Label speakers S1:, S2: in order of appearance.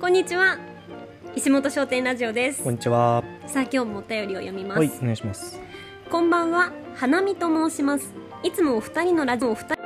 S1: こんにちは石本商店ラジオです
S2: こんにちは。
S1: さあ今日もお便りを読みます、
S2: はい、お願いします。
S1: こんばんは花見と申しますいつもお二人のラジオお二人